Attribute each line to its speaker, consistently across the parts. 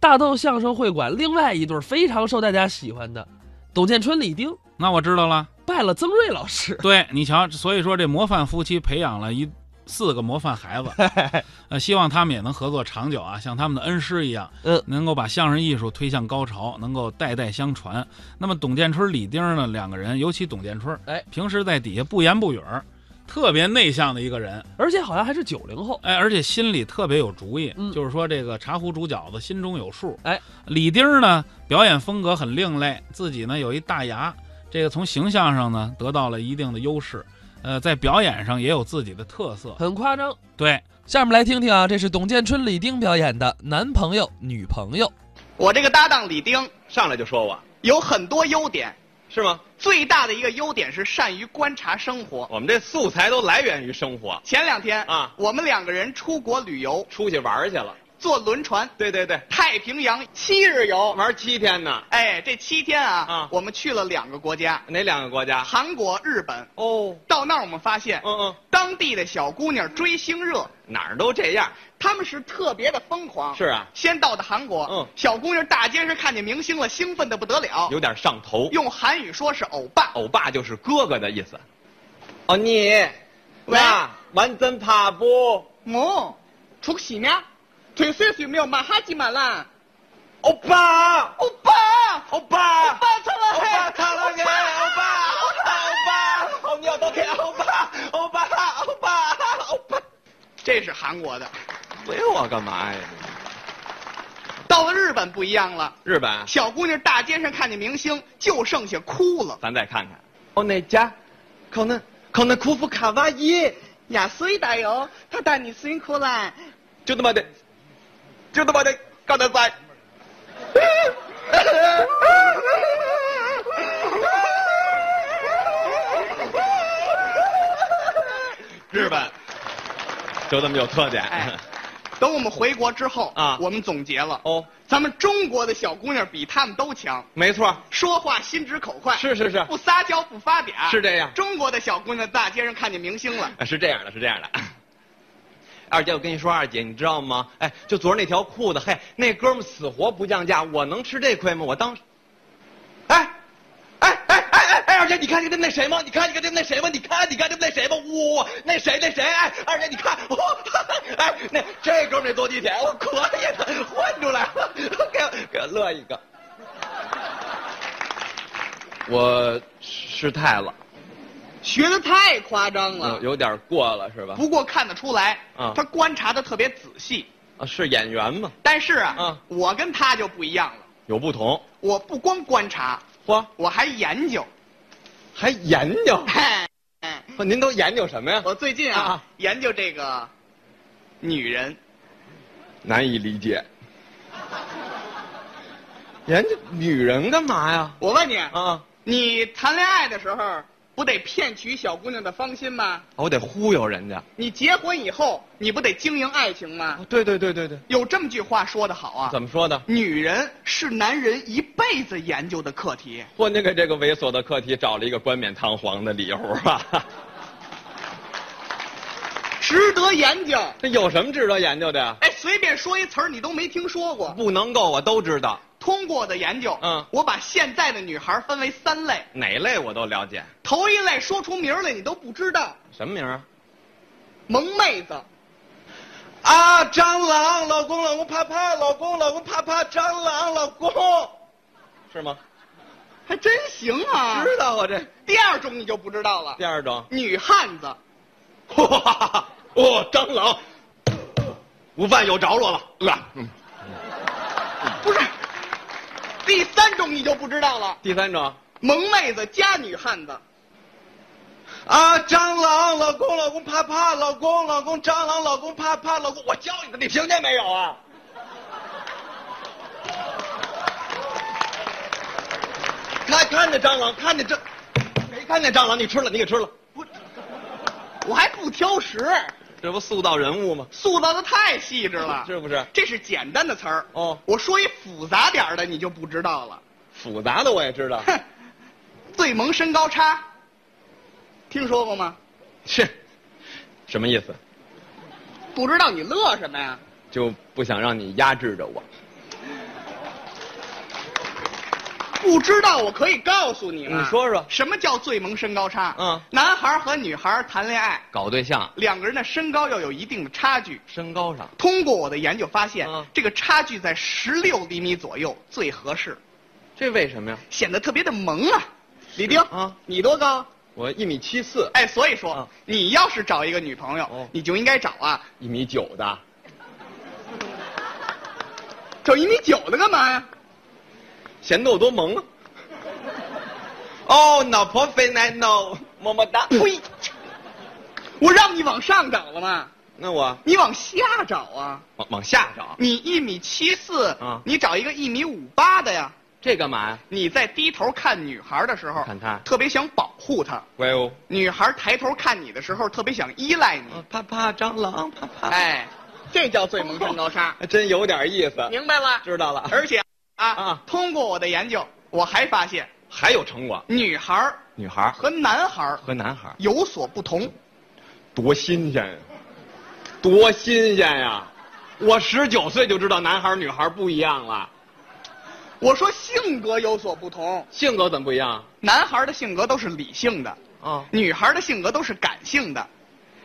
Speaker 1: 大豆相声会馆另外一对非常受大家喜欢的，董建春、李丁
Speaker 2: 那我知道了。
Speaker 1: 拜了曾瑞老师。
Speaker 2: 对你瞧，所以说这模范夫妻培养了一四个模范 孩子，呃，希望他们也能合作长久啊，像他们的恩师一样，
Speaker 1: 嗯
Speaker 2: 能够把相声艺术推向高潮，能够代代相传。那么董建春、李丁呢两个人，尤其董建春，
Speaker 1: 哎，
Speaker 2: 平时在底下不言不语儿，特别内向的一个人，
Speaker 1: 而且好像还是九零后。
Speaker 2: 哎，而且心里特别有主意，
Speaker 1: 嗯
Speaker 2: 就是说这个茶壶煮饺子，心中有数。
Speaker 1: 哎，
Speaker 2: 李丁儿呢，表演风格很另类，自己呢有一大牙，这个从形象上呢得到了一定的优势，呃，在表演上也有自己的特色。
Speaker 1: 很夸张。
Speaker 2: 对，
Speaker 1: 下面来听听啊，这是董建春、李丁表演的《男朋友女朋友》。
Speaker 3: 我这个搭档李丁
Speaker 4: 上来就说我，
Speaker 3: 有很多优点，
Speaker 4: 是吗？
Speaker 3: 最大的一个优点是善于观察生活。
Speaker 4: 我们这素材都来源于生活，
Speaker 3: 前两天
Speaker 4: 啊
Speaker 3: 我们两个人出国旅游，
Speaker 4: 出去玩儿去了。
Speaker 3: 坐轮船
Speaker 4: 对对对，
Speaker 3: 太平洋七日游。
Speaker 4: 玩儿七天呢，
Speaker 3: 哎，这七天啊，
Speaker 4: 啊
Speaker 3: 我们去了两个国家，
Speaker 4: 哪两个国家？
Speaker 3: 韩国、日本。
Speaker 4: 哦，
Speaker 3: 到那儿我们发现，
Speaker 4: 嗯嗯，
Speaker 3: 当地的小姑娘追星热，
Speaker 4: 哪儿都这样。
Speaker 3: 他们是特别的疯狂。
Speaker 4: 是啊
Speaker 3: 先到的韩国，
Speaker 4: 嗯
Speaker 3: 小姑娘大街上看见明星了，兴奋的不得了，
Speaker 4: 有点上头。
Speaker 3: 用韩语说是欧巴。
Speaker 4: 欧巴就是哥哥的意思。哦，你，
Speaker 3: 喂
Speaker 4: 那完真怕不？
Speaker 3: 뭐 죽시냐? 될 수 있으면 말하지 말라.
Speaker 4: 欧巴，
Speaker 3: 오빠!
Speaker 4: 欧巴，
Speaker 3: 오빠 사랑해!
Speaker 4: 欧巴，他那个欧巴，欧巴，欧巴，哦，你有多甜，欧巴，欧巴，欧巴，欧巴，
Speaker 3: 这是韩国的。
Speaker 4: 围我干嘛呀？
Speaker 3: 到了日本不一样了，
Speaker 4: 日本，
Speaker 3: 小姑娘大街上看见明星，就剩下哭了。
Speaker 4: 咱再看看。哦，哪家？可能可能库夫卡哇伊，
Speaker 3: 呀，虽大哟，他带你辛苦啦。
Speaker 4: 就他妈的，就他妈的，刚才在。 日本就这么有特点。
Speaker 3: 哎，等我们回国之后
Speaker 4: 啊
Speaker 3: 我们总结了，
Speaker 4: 哦，
Speaker 3: 咱们中国的小姑娘比他们都强，
Speaker 4: 没错，
Speaker 3: 说话心直口快，
Speaker 4: 是是是
Speaker 3: 不撒娇不发嗲，
Speaker 4: 是这样
Speaker 3: 中国的小姑娘大街上看见明星了，
Speaker 4: 啊是这样的，是这样的。二姐，我跟你说，二姐，你知道吗？哎，就昨儿那条裤子，嘿，那哥们死活不降价，我能吃这亏吗？我当时，哎，哎哎哎哎哎，二姐，你看你跟那谁吗？你看你跟那谁吗？你看你看这那谁吗？呜、那谁那谁？哎，二姐，你看，我、 哎，那这哥们儿坐地铁，我可以的，混出来了，给我给我乐一个。我失态了，
Speaker 3: 学的太夸张了。
Speaker 4: 我有点过了是吧？
Speaker 3: 不过看得出来，
Speaker 4: 啊
Speaker 3: 他观察的特别仔细。
Speaker 4: 啊，是演员嘛，
Speaker 3: 但是啊，
Speaker 4: 啊
Speaker 3: 我跟他就不一样了，
Speaker 4: 有不同。
Speaker 3: 我不光观察，
Speaker 4: 嚯，
Speaker 3: 我还研究。
Speaker 4: 还研究？
Speaker 3: 嘿嘿
Speaker 4: 嚯您都研究什么呀？
Speaker 3: 我最近啊，
Speaker 4: 啊
Speaker 3: 研究这个女人，
Speaker 4: 难以理解。研究女人干嘛呀？
Speaker 3: 我问你，
Speaker 4: 啊，
Speaker 3: 你谈恋爱的时候不得骗取小姑娘的芳心吗？
Speaker 4: 我得忽悠人家。
Speaker 3: 你结婚以后，你不得经营爱情吗？
Speaker 4: 对对对对对，
Speaker 3: 有这么句话说得好啊，
Speaker 4: 啊怎么说的？
Speaker 3: 女人是男人一辈子研究的课题。
Speaker 4: 嚯，您给这个猥琐的课题找了一个冠冕堂皇的理由啊！
Speaker 3: 值得研究。
Speaker 4: 这有什么值得研究的呀？
Speaker 3: 哎，随便说一词儿，你都没听说过。
Speaker 4: 不能够，我都知道。
Speaker 3: 通过我的研究，
Speaker 4: 嗯
Speaker 3: 我把现在的女孩分为三类。
Speaker 4: 哪类我都了解。
Speaker 3: 头一类说出名儿来你都不知道，
Speaker 4: 什么名啊？
Speaker 3: 萌妹子；
Speaker 4: 啊，蟑螂！老公，老公，啪啪！老公，老公，啪啪！蟑螂，老公，是吗？
Speaker 3: 还真行啊。
Speaker 4: 知。道啊，这
Speaker 3: 第二种你就不知道了
Speaker 4: 第，二种。
Speaker 3: 女汉子。
Speaker 4: 哇，哦，蟑螂，午饭有着落了，啊，嗯
Speaker 3: 不是。第三种你就不知道了，
Speaker 4: 第三种，
Speaker 3: 萌妹子加女汉子。
Speaker 4: 啊，蟑螂，老公，老公，啪啪，老公，老公，蟑螂，老公，啪啪，老公，我教你的，你听见没有啊？看，看见蟑螂，看见这，没看见蟑螂，你吃了，你给吃了，
Speaker 3: 我还不挑食，
Speaker 4: 这不塑造人物吗？
Speaker 3: 塑造的太细致了。
Speaker 4: 是不是
Speaker 3: 这是简单的词儿。
Speaker 4: 哦
Speaker 3: 我说一复杂点儿的你就不知道了。
Speaker 4: 复杂的我 也知道，
Speaker 3: 哼， 最萌身高差，听说过吗？
Speaker 4: 是，什么意思？
Speaker 3: 不知道你乐什么呀？
Speaker 4: 就不想让你压制着我。
Speaker 3: 不知道我可以告诉你们，
Speaker 4: 你说说
Speaker 3: 什么叫最萌身高差？
Speaker 4: 嗯
Speaker 3: 男孩和女孩谈恋爱，
Speaker 4: 搞对象，
Speaker 3: 两个人的身高要有一定的差距。
Speaker 4: 身高上
Speaker 3: 通过我的研究发现，
Speaker 4: 嗯
Speaker 3: 这个差距在十六厘米左右最合适，
Speaker 4: 这为什么呀？
Speaker 3: 显得特别的萌啊。李丁，
Speaker 4: 啊
Speaker 3: 你多高？
Speaker 4: 我一米七四，
Speaker 3: 哎，所以说、
Speaker 4: 啊
Speaker 3: 你要是找一个女朋友，
Speaker 4: 哦
Speaker 3: 你就应该找啊，
Speaker 4: 一米九的，
Speaker 3: 找一米九的干嘛呀？
Speaker 4: 显得我多萌啊！ 哦，脑婆飞来脑，么么哒。
Speaker 3: 呸！我让你往上找了吗？
Speaker 4: 那我
Speaker 3: 你往下找啊！
Speaker 4: 往往下找，
Speaker 3: 你一米七四、
Speaker 4: 啊
Speaker 3: 你找一个一米五八的呀。
Speaker 4: 这干嘛呀？
Speaker 3: 你在低头看女孩的时候，
Speaker 4: 看她
Speaker 3: 特别想保护她；
Speaker 4: 乖哦，
Speaker 3: 女孩抬头看你的时候，特别想依赖你。
Speaker 4: 呃啪啪蟑螂，啪啪，
Speaker 3: 哎，这叫最萌身高差，
Speaker 4: 还哎真有点意思。
Speaker 3: 明白了？
Speaker 4: 知道了，
Speaker 3: 而且啊
Speaker 4: 啊
Speaker 3: 通过我的研究，我还发现
Speaker 4: 还有成果，
Speaker 3: 女孩
Speaker 4: 女孩
Speaker 3: 和男孩
Speaker 4: 和男孩
Speaker 3: 有所不同。
Speaker 4: 多新鲜呀，多新鲜呀！我十九岁就知道男孩女孩不一样了，
Speaker 3: 我说性格有所不同，
Speaker 4: 性格怎么不一样啊？
Speaker 3: 男孩的性格都是理性的，
Speaker 4: 哦
Speaker 3: 女孩的性格都是感性的。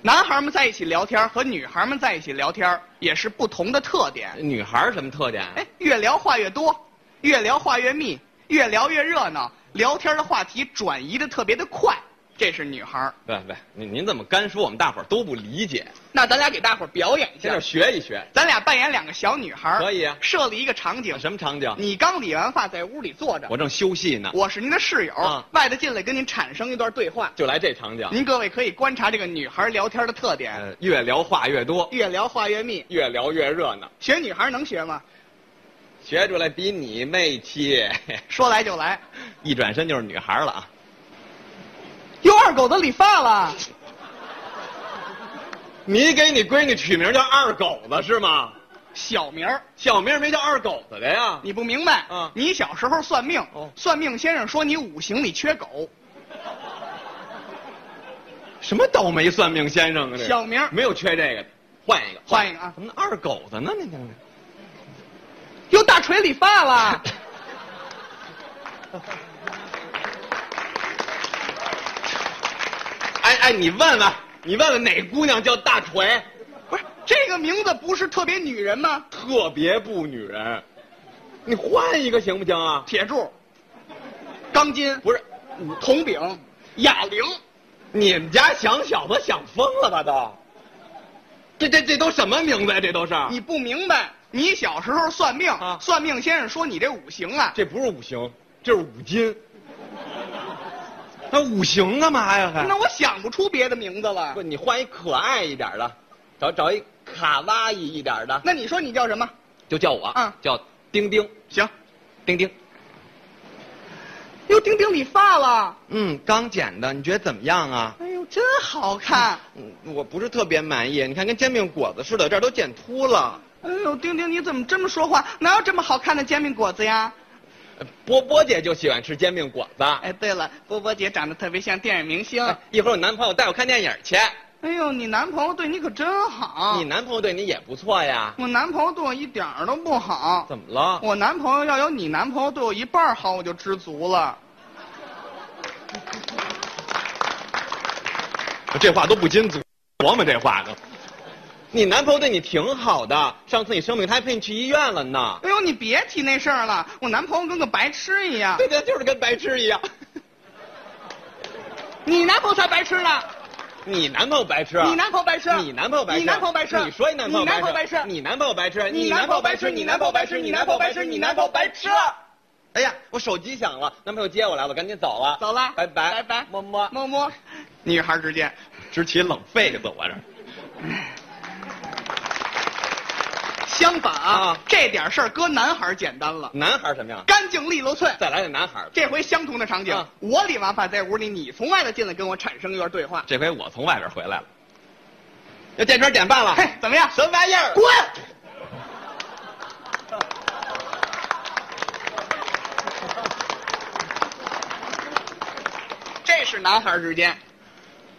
Speaker 3: 男孩们在一起聊天和女孩们在一起聊天也是不同的特点。
Speaker 4: 女孩什么特点啊？
Speaker 3: 哎，越聊话越多，越聊话越密，越聊越热闹，聊天的话题转移的特别的快，这是女孩儿。
Speaker 4: 对对，您您怎么干说我们大伙儿都不理解？
Speaker 3: 那咱俩给大伙儿表演一
Speaker 4: 现
Speaker 3: 下
Speaker 4: 在，学一学，
Speaker 3: 咱俩扮演两个小女孩儿
Speaker 4: 可以啊
Speaker 3: 设立一个场景，
Speaker 4: 什么场景？
Speaker 3: 你刚理完发，在屋里坐着，
Speaker 4: 我正休息呢，
Speaker 3: 我是您的室友，
Speaker 4: 啊
Speaker 3: 外头进来跟您产生一段对话，
Speaker 4: 就来这场景。
Speaker 3: 您各位可以观察这个女孩聊天的特点，
Speaker 4: 呃，越聊话越多，
Speaker 3: 越聊话越密。
Speaker 4: 越聊越热闹，
Speaker 3: 学女孩能学吗？
Speaker 4: 学出来比你媚气。
Speaker 3: 说来就来，
Speaker 4: 一转身就是女孩了啊！
Speaker 3: 哟，二狗子理发了，
Speaker 4: 你给你闺女取名叫二狗子是吗？
Speaker 3: 小名儿。
Speaker 4: 小名没叫二狗子的呀？
Speaker 3: 你不明白
Speaker 4: 嗯
Speaker 3: 你小时候算命，
Speaker 4: 哦
Speaker 3: 算命先生说你五行里缺狗，
Speaker 4: 什么倒霉算命先生啊？这个
Speaker 3: 小名
Speaker 4: 没有缺这个的，换一个，
Speaker 3: 换一个啊
Speaker 4: 怎么二狗子呢？你这个
Speaker 3: 又大锤理发 了。
Speaker 4: 哎哎，你问问，你问问哪姑娘叫大锤？
Speaker 3: 不是这个名字不是特别女人吗？
Speaker 4: 特别不女人，你换一个行不行啊？
Speaker 3: 铁柱、钢筋、
Speaker 4: 不是，
Speaker 3: 铜饼、哑铃，
Speaker 4: 你们家想小子想疯了吧都？这这这都什么名字呀？这都是？
Speaker 3: 你不明白？你小时候算命，
Speaker 4: 啊
Speaker 3: 算命先生说你这五行啊，
Speaker 4: 这不是五行，这是五金。那五行干嘛呀？还
Speaker 3: 那我想不出别的名字了
Speaker 4: 不，。你换一可爱一点的，找找一卡哇伊一点的，
Speaker 3: 那你说你叫什么？
Speaker 4: 就叫我，
Speaker 3: 嗯
Speaker 4: 叫丁丁，
Speaker 3: 行，
Speaker 4: 丁丁。
Speaker 3: 又丁丁理发了，
Speaker 4: 嗯，刚剪的，你觉得怎么样啊？
Speaker 3: 哎呦，真好看。
Speaker 4: 嗯，我不是特别满意，你看跟煎饼果子似的，这儿都剪秃了。
Speaker 3: 哎呦，丁丁，你怎么这么说话？哪有这么好看的煎饼果子呀？
Speaker 4: 呃波波姐就喜欢吃煎饼果子。
Speaker 3: 哎，对了，波波姐长得特别像电影明星。
Speaker 4: 哎一会儿我男朋友带我看电影去，
Speaker 3: 哎呦，你男朋友对你可真好。
Speaker 4: 你男朋友对你也不错呀？
Speaker 3: 我男朋友对我一点儿都不好。
Speaker 4: 怎么了？
Speaker 3: 我男朋友要有你男朋友对我一半儿好，我就知足了。
Speaker 4: 这话都不禁足，琢磨这话都。你男朋友对你挺好的，上次你生病他还陪你去医院了呢。
Speaker 3: 哎呦，你别提那事儿了，我男朋友跟个白痴一样。
Speaker 4: 对对，就是跟白痴一样。
Speaker 3: 你男朋友才白痴呢，
Speaker 4: 你男朋友白痴啊？
Speaker 3: 你男朋友白痴，
Speaker 4: 你男朋友白痴，
Speaker 3: 你男朋友白痴，
Speaker 4: 你说你男朋友
Speaker 3: 你男朋友白痴，
Speaker 4: 你男朋友白痴，
Speaker 3: 你男朋友白痴，你男朋友白痴，你男朋友白痴，你男朋友白痴。
Speaker 4: 哎呀，我手机响了，男朋友接我来了，我赶紧走了，
Speaker 3: 走了，
Speaker 4: 拜拜，
Speaker 3: 拜拜，
Speaker 4: 么么，
Speaker 3: 么么。女孩之间，
Speaker 4: 直起冷痱子，我这。
Speaker 3: 相反啊
Speaker 4: 啊，
Speaker 3: 这点事儿搁男孩儿简单了，
Speaker 4: 男孩儿什么样？
Speaker 3: 干净利落脆。
Speaker 4: 再来点男孩儿，
Speaker 3: 这回相同的场景，
Speaker 4: 啊
Speaker 3: 我理完发在屋里，你从外头进来跟我产生一段对话。
Speaker 4: 这回我从外边回来了。要见圈点半了，
Speaker 3: 嘿，怎么样？
Speaker 4: 啊什么玩意儿？
Speaker 3: 滚！这是男孩之间，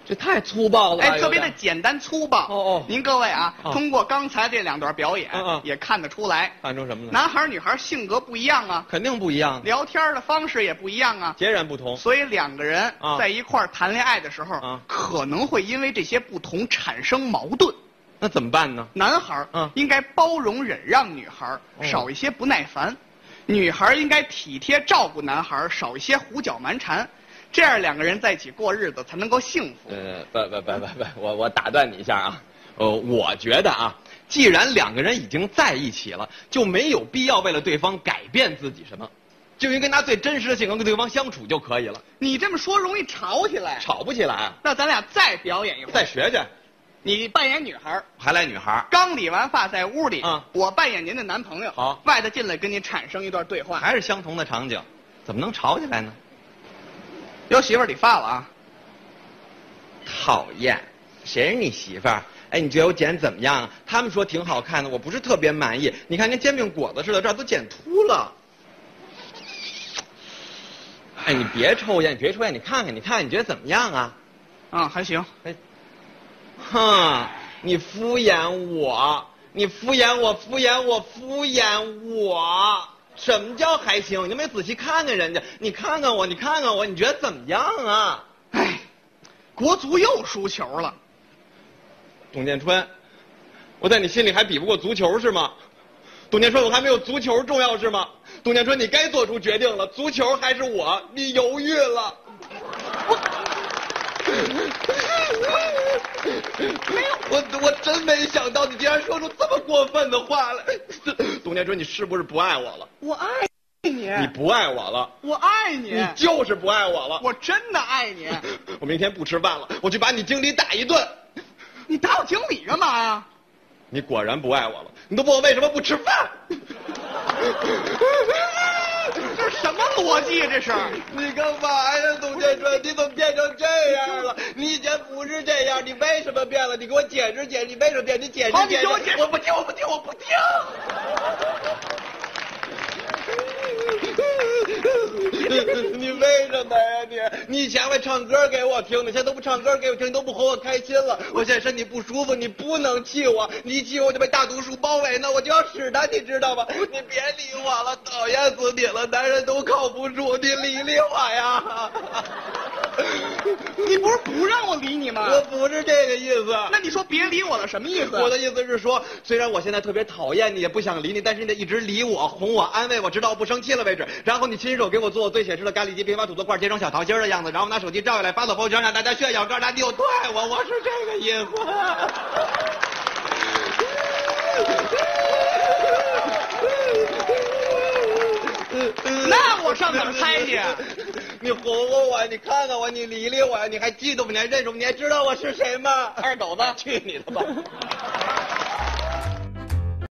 Speaker 4: 这太粗暴了吧，
Speaker 3: 哎，特别的
Speaker 4: 有点
Speaker 3: 简单粗暴。
Speaker 4: 哦哦
Speaker 3: 您各位啊，
Speaker 4: 哦
Speaker 3: 通过刚才这两段表演
Speaker 4: 嗯嗯
Speaker 3: 也看得出来，
Speaker 4: 看出什么呢？
Speaker 3: 男孩儿女孩儿性格不一样啊，
Speaker 4: 肯定不一样，
Speaker 3: 聊天儿的方式也不一样啊，
Speaker 4: 截然不同。
Speaker 3: 所以两个人
Speaker 4: 啊
Speaker 3: 在一块儿谈恋爱的时候，
Speaker 4: 啊
Speaker 3: 可能会因为这些不同产生矛盾。
Speaker 4: 那怎么办呢？
Speaker 3: 男孩儿
Speaker 4: 嗯
Speaker 3: 应该包容忍让女孩儿，
Speaker 4: 哦
Speaker 3: 少一些不耐烦；女孩儿应该体贴照顾男孩儿，少一些胡搅蛮缠。这样两个人在一起过日子才能够幸福。
Speaker 4: 呃，不不不不不，我我打断你一下啊，呃，我觉得啊，既然两个人已经在一起了，就没有必要为了对方改变自己什么，就应该拿最真实的性格跟对方相处就可以了，
Speaker 3: 你这么说容易吵起来。
Speaker 4: 吵不起来啊。
Speaker 3: 那咱俩再表演一回，
Speaker 4: 再学学，
Speaker 3: 你扮演女孩儿，
Speaker 4: 还来女孩儿，
Speaker 3: 刚理完发在屋里，
Speaker 4: 啊
Speaker 3: 我扮演您的男朋友，
Speaker 4: 好
Speaker 3: 外头进来跟您产生一段对话。哎
Speaker 4: 还是相同的场景，怎么能吵起来呢？
Speaker 3: 有媳妇儿理发了啊？
Speaker 4: 讨厌，谁是你媳妇儿？哎，你觉得我剪怎么样啊？他们说挺好看的，我不是特别满意。你看跟煎饼果子似的，这儿都剪秃了。哎，你别抽烟，你别抽烟，你看看，你看看，你觉得怎么样啊？
Speaker 3: 啊、还行。
Speaker 4: 哎，哼，你敷衍我，你敷衍我，敷衍我，敷衍我。什么叫还行？你就没仔细看看人家，你看看我，你看看我，你觉得怎么样啊？
Speaker 3: 哎，国足又输球了。
Speaker 4: 董建春，我在你心里还比不过足球是吗？董建春，我还没有足球重要是吗？董建春，你该做出决定了，足球还是我？你犹豫了。 我我真没想到你竟然说出这么过分的话来， 董建春，你是不是不爱我了？
Speaker 3: 我爱你，
Speaker 4: 你不爱我了，
Speaker 3: 我爱你，
Speaker 4: 你就是不爱我了。
Speaker 3: 我真的爱 你。
Speaker 4: 我明天不吃饭了，我去把你经理打一顿。
Speaker 3: 你打我经理干嘛呀？
Speaker 4: 你果然不爱我了，你都问我为什么不吃饭？
Speaker 3: 这是什么逻辑啊？这是？
Speaker 4: 你干嘛呀，董建春？你怎么变成这样了？你以前不是这样，你为什么变了？你给我解释解释，你为什么变？你解释
Speaker 3: 好，你
Speaker 4: 解释。
Speaker 3: 听我解释，我不听，我不听，我不听。
Speaker 4: 你为什么呀你？你以前会唱歌给我听，你现在都不唱歌给我听，你都不哄我开心了。我现在身体不舒服，你不能气我，你一气我就被大毒树包围呢，我就要使它，你知道吗？你别理我了，讨厌死你了，男人都靠不住，你理理我呀！
Speaker 3: 你不是不让我理你吗？
Speaker 4: 我不是这个意思。
Speaker 3: 那你说别理我了，什么意思？
Speaker 4: 我的意思是说，虽然我现在特别讨厌你，也不想理你，但是你得一直理我、哄我、安慰我，直到我不生气了为止。然后你亲手给我做我最写实的咖喱鸡、平发土豆块、切成小桃心儿的样子，然后拿手机照下来发到朋友圈，让大家炫耀，告诉大家你有多爱我。我是这个意思。
Speaker 3: 那我上哪儿啊猜去？
Speaker 4: 你哄哄我，你看看我，你理理我呀！你还 记得我？你还认识我？你还知道我是谁吗？
Speaker 3: 二狗子，
Speaker 4: 去你的吧！